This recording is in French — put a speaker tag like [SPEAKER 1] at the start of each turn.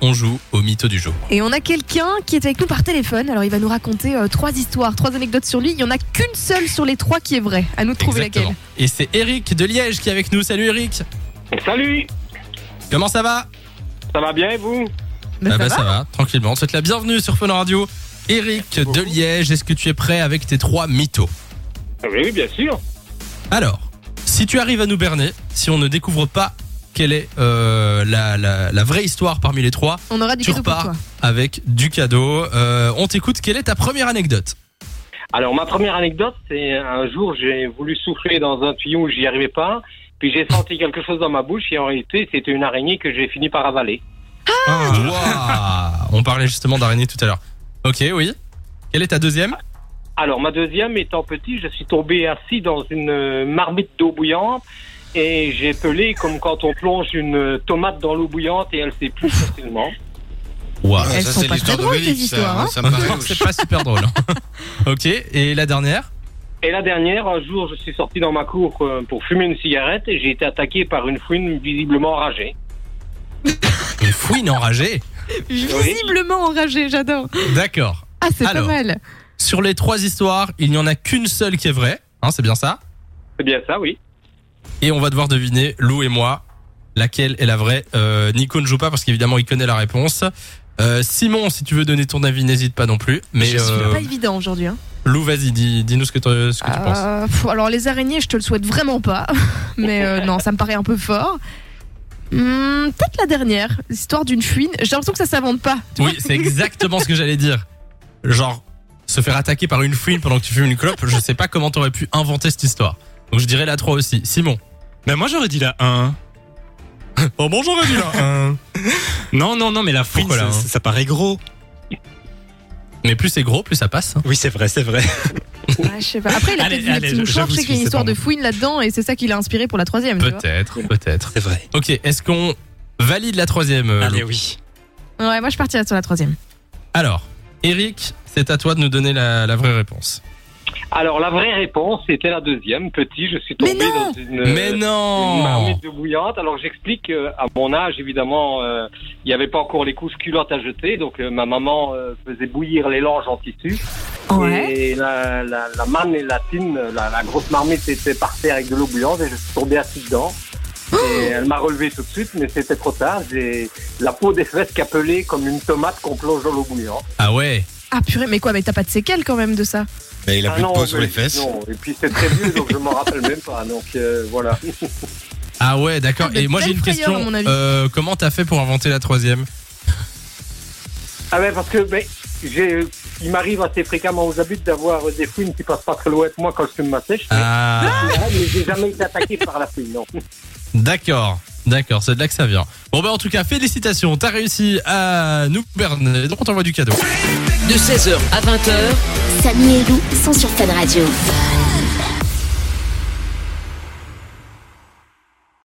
[SPEAKER 1] on joue au mythe du jour.
[SPEAKER 2] Et on a quelqu'un qui est avec nous par téléphone. Alors il va nous raconter euh, trois histoires, trois anecdotes sur lui. Il n'y en a qu'une seule sur les trois qui est vraie. À nous de trouver
[SPEAKER 1] Exactement.
[SPEAKER 2] laquelle.
[SPEAKER 1] Et c'est Eric de Liège qui est avec nous. Salut Eric.
[SPEAKER 3] Salut,
[SPEAKER 1] Comment ça va
[SPEAKER 3] ça va bien et vous
[SPEAKER 1] Ah
[SPEAKER 2] Ben, ça
[SPEAKER 1] bah,
[SPEAKER 2] va.
[SPEAKER 1] ça va, tranquillement. On te souhaite la bienvenue sur Fun Radio. Eric de
[SPEAKER 3] beaucoup.
[SPEAKER 1] Liège, est-ce que tu es prêt avec tes trois mythos
[SPEAKER 3] Ah Oui, oui, bien sûr.
[SPEAKER 1] Alors, si tu arrives à nous berner, si on ne découvre pas quelle est euh, la, la- la vraie histoire parmi les trois,
[SPEAKER 2] On aura du
[SPEAKER 1] tu
[SPEAKER 2] cadeau pour
[SPEAKER 1] repars
[SPEAKER 2] toi.
[SPEAKER 1] avec du cadeau. Euh, on t'écoute, quelle est ta première anecdote
[SPEAKER 3] Alors, ma première anecdote, c'est un jour, j'ai voulu souffler dans un tuyau, j'y arrivais pas. Puis j'ai senti quelque chose dans ma bouche et en réalité, c'était une araignée que j'ai fini par avaler.
[SPEAKER 1] Ah. Waouh On parlait justement d'araignée tout à l'heure. Ok, oui. Quelle est ta deuxième
[SPEAKER 3] Alors, ma deuxième, étant petit, je suis tombé assis dans une euh, marmite d'eau bouillante et j'ai pelé comme quand on plonge une euh, tomate dans l'eau bouillante et elle s'épluche facilement.
[SPEAKER 1] Waouh
[SPEAKER 2] Elles
[SPEAKER 4] ça,
[SPEAKER 2] sont
[SPEAKER 4] c'est
[SPEAKER 2] pas
[SPEAKER 4] l'histoire
[SPEAKER 2] très
[SPEAKER 4] de
[SPEAKER 2] drôles,
[SPEAKER 4] Wélix, ça,
[SPEAKER 2] tes histoires,
[SPEAKER 4] hein,
[SPEAKER 2] hein.
[SPEAKER 4] ça me paraît
[SPEAKER 1] Non,
[SPEAKER 4] louche.
[SPEAKER 1] C'est pas super drôle. hein. ok, et la dernière
[SPEAKER 3] Et la dernière, un jour, je suis sorti dans ma cour euh, pour fumer une cigarette et j'ai été attaqué par une fouine visiblement enragée.
[SPEAKER 1] Une fouine enragée
[SPEAKER 2] Visiblement enragé, j'adore.
[SPEAKER 1] D'accord.
[SPEAKER 2] Ah, c'est pas
[SPEAKER 1] Alors.
[SPEAKER 2] mal.
[SPEAKER 1] Sur les trois histoires, il n'y en a qu'une seule qui est vraie, hein, c'est bien ça
[SPEAKER 3] C'est bien ça, oui.
[SPEAKER 1] Et on va devoir deviner, Lou et moi, laquelle est la vraie. Euh, Nico ne joue pas parce qu'évidemment il connaît la réponse. Euh, Simon, si tu veux donner ton avis, n'hésite pas non plus. Mais
[SPEAKER 4] Je suis
[SPEAKER 1] euh,
[SPEAKER 2] Pas évident aujourd'hui. hein.
[SPEAKER 1] Lou, vas-y, dis, dis-nous ce que, t'en- ce que tu
[SPEAKER 4] Ah.
[SPEAKER 1] penses.
[SPEAKER 2] Euh, pff, alors les araignées, je te le souhaite vraiment pas. Mais euh, non, ça me paraît un peu fort. Hmm, Peut-être la dernière, l'histoire d'une fouine. J'ai l'impression que ça s'invente pas.
[SPEAKER 1] Oui, c'est exactement ce que j'allais dire. Genre, se faire attaquer par une fouine pendant que tu fumes une clope, je sais pas comment t'aurais pu inventer cette histoire. Donc je dirais la 3 aussi. Simon.
[SPEAKER 5] Ben moi j'aurais dit la 1.
[SPEAKER 1] Oh bonjour,
[SPEAKER 5] Non, non, non, mais la fouine,
[SPEAKER 1] Pourquoi la
[SPEAKER 5] ça,
[SPEAKER 1] 1?
[SPEAKER 5] ça- ça paraît gros.
[SPEAKER 1] Mais plus c'est gros, plus ça passe. hein.
[SPEAKER 5] Oui, c'est vrai, c'est vrai.
[SPEAKER 2] Ouais, je sais pas. Après, il a
[SPEAKER 5] Allez,
[SPEAKER 2] peut-être vu la
[SPEAKER 5] allez,
[SPEAKER 2] petite mouchoir.
[SPEAKER 5] j'avoue,
[SPEAKER 2] Je sais qu'il y a une
[SPEAKER 5] c'est
[SPEAKER 2] histoire
[SPEAKER 5] pas
[SPEAKER 2] de
[SPEAKER 5] bon.
[SPEAKER 2] fouine là-dedans et c'est ça qui l'a inspiré pour la troisième. tu vois.
[SPEAKER 1] Peut-être, peut-être.
[SPEAKER 5] C'est vrai.
[SPEAKER 1] Ok, est-ce qu'on valide la troisième euh, Lou
[SPEAKER 5] Allez, oui.
[SPEAKER 2] Ouais, moi je partirais sur la troisième.
[SPEAKER 1] Alors, Eric, c'est à toi de nous donner la, la vraie réponse.
[SPEAKER 3] Alors la vraie réponse c'était la deuxième. Petit, je suis tombé
[SPEAKER 2] Mais non
[SPEAKER 3] dans une,
[SPEAKER 1] Mais
[SPEAKER 3] euh, une
[SPEAKER 1] non
[SPEAKER 3] marmite de bouillante. Alors j'explique euh, à mon âge évidemment, euh, il n'y avait pas encore les couches culottes à jeter, donc euh, ma maman euh, faisait bouillir les langes en tissu et la, la, la manne et la tine, euh, la, la grosse marmite était par terre avec de l'eau bouillante et je suis tombé assis dedans.
[SPEAKER 2] Oh
[SPEAKER 3] Et elle m'a relevé tout de suite, mais c'était trop tard. J'ai la peau des fesses capelée comme une tomate qu'on plonge dans l'eau bouillante.
[SPEAKER 1] Ah ouais
[SPEAKER 2] Ah purée, mais quoi, mais t'as pas de séquelles quand même de ça
[SPEAKER 4] Mais il a
[SPEAKER 3] Ah
[SPEAKER 4] plus de
[SPEAKER 3] non,
[SPEAKER 4] peau sur
[SPEAKER 3] mais-
[SPEAKER 4] les fesses.
[SPEAKER 3] Non, et puis c'est très vieux, donc je m'en rappelle même pas. Donc euh, voilà.
[SPEAKER 1] Ah ouais, d'accord.
[SPEAKER 2] Ah, de
[SPEAKER 1] Et moi j'ai
[SPEAKER 2] belles
[SPEAKER 1] une
[SPEAKER 2] frayeurs, à
[SPEAKER 1] question.
[SPEAKER 2] mon avis.
[SPEAKER 1] Euh, comment t'as fait pour inventer la troisième
[SPEAKER 3] Ah ouais, parce que ben, j'ai, il m'arrive assez fréquemment aux habits d'avoir des fouines qui passent pas très loin de moi quand je fume ma sèche.
[SPEAKER 1] Ah
[SPEAKER 3] Mais j'ai jamais été attaqué par la fouine, non.
[SPEAKER 1] D'accord, d'accord, c'est de là que ça vient. Bon bah en tout cas, félicitations, t'as réussi à nous berner, donc on t'envoie du cadeau.
[SPEAKER 6] De 16h à 20h,
[SPEAKER 7] Samy et Lou sont sur Fan Radio.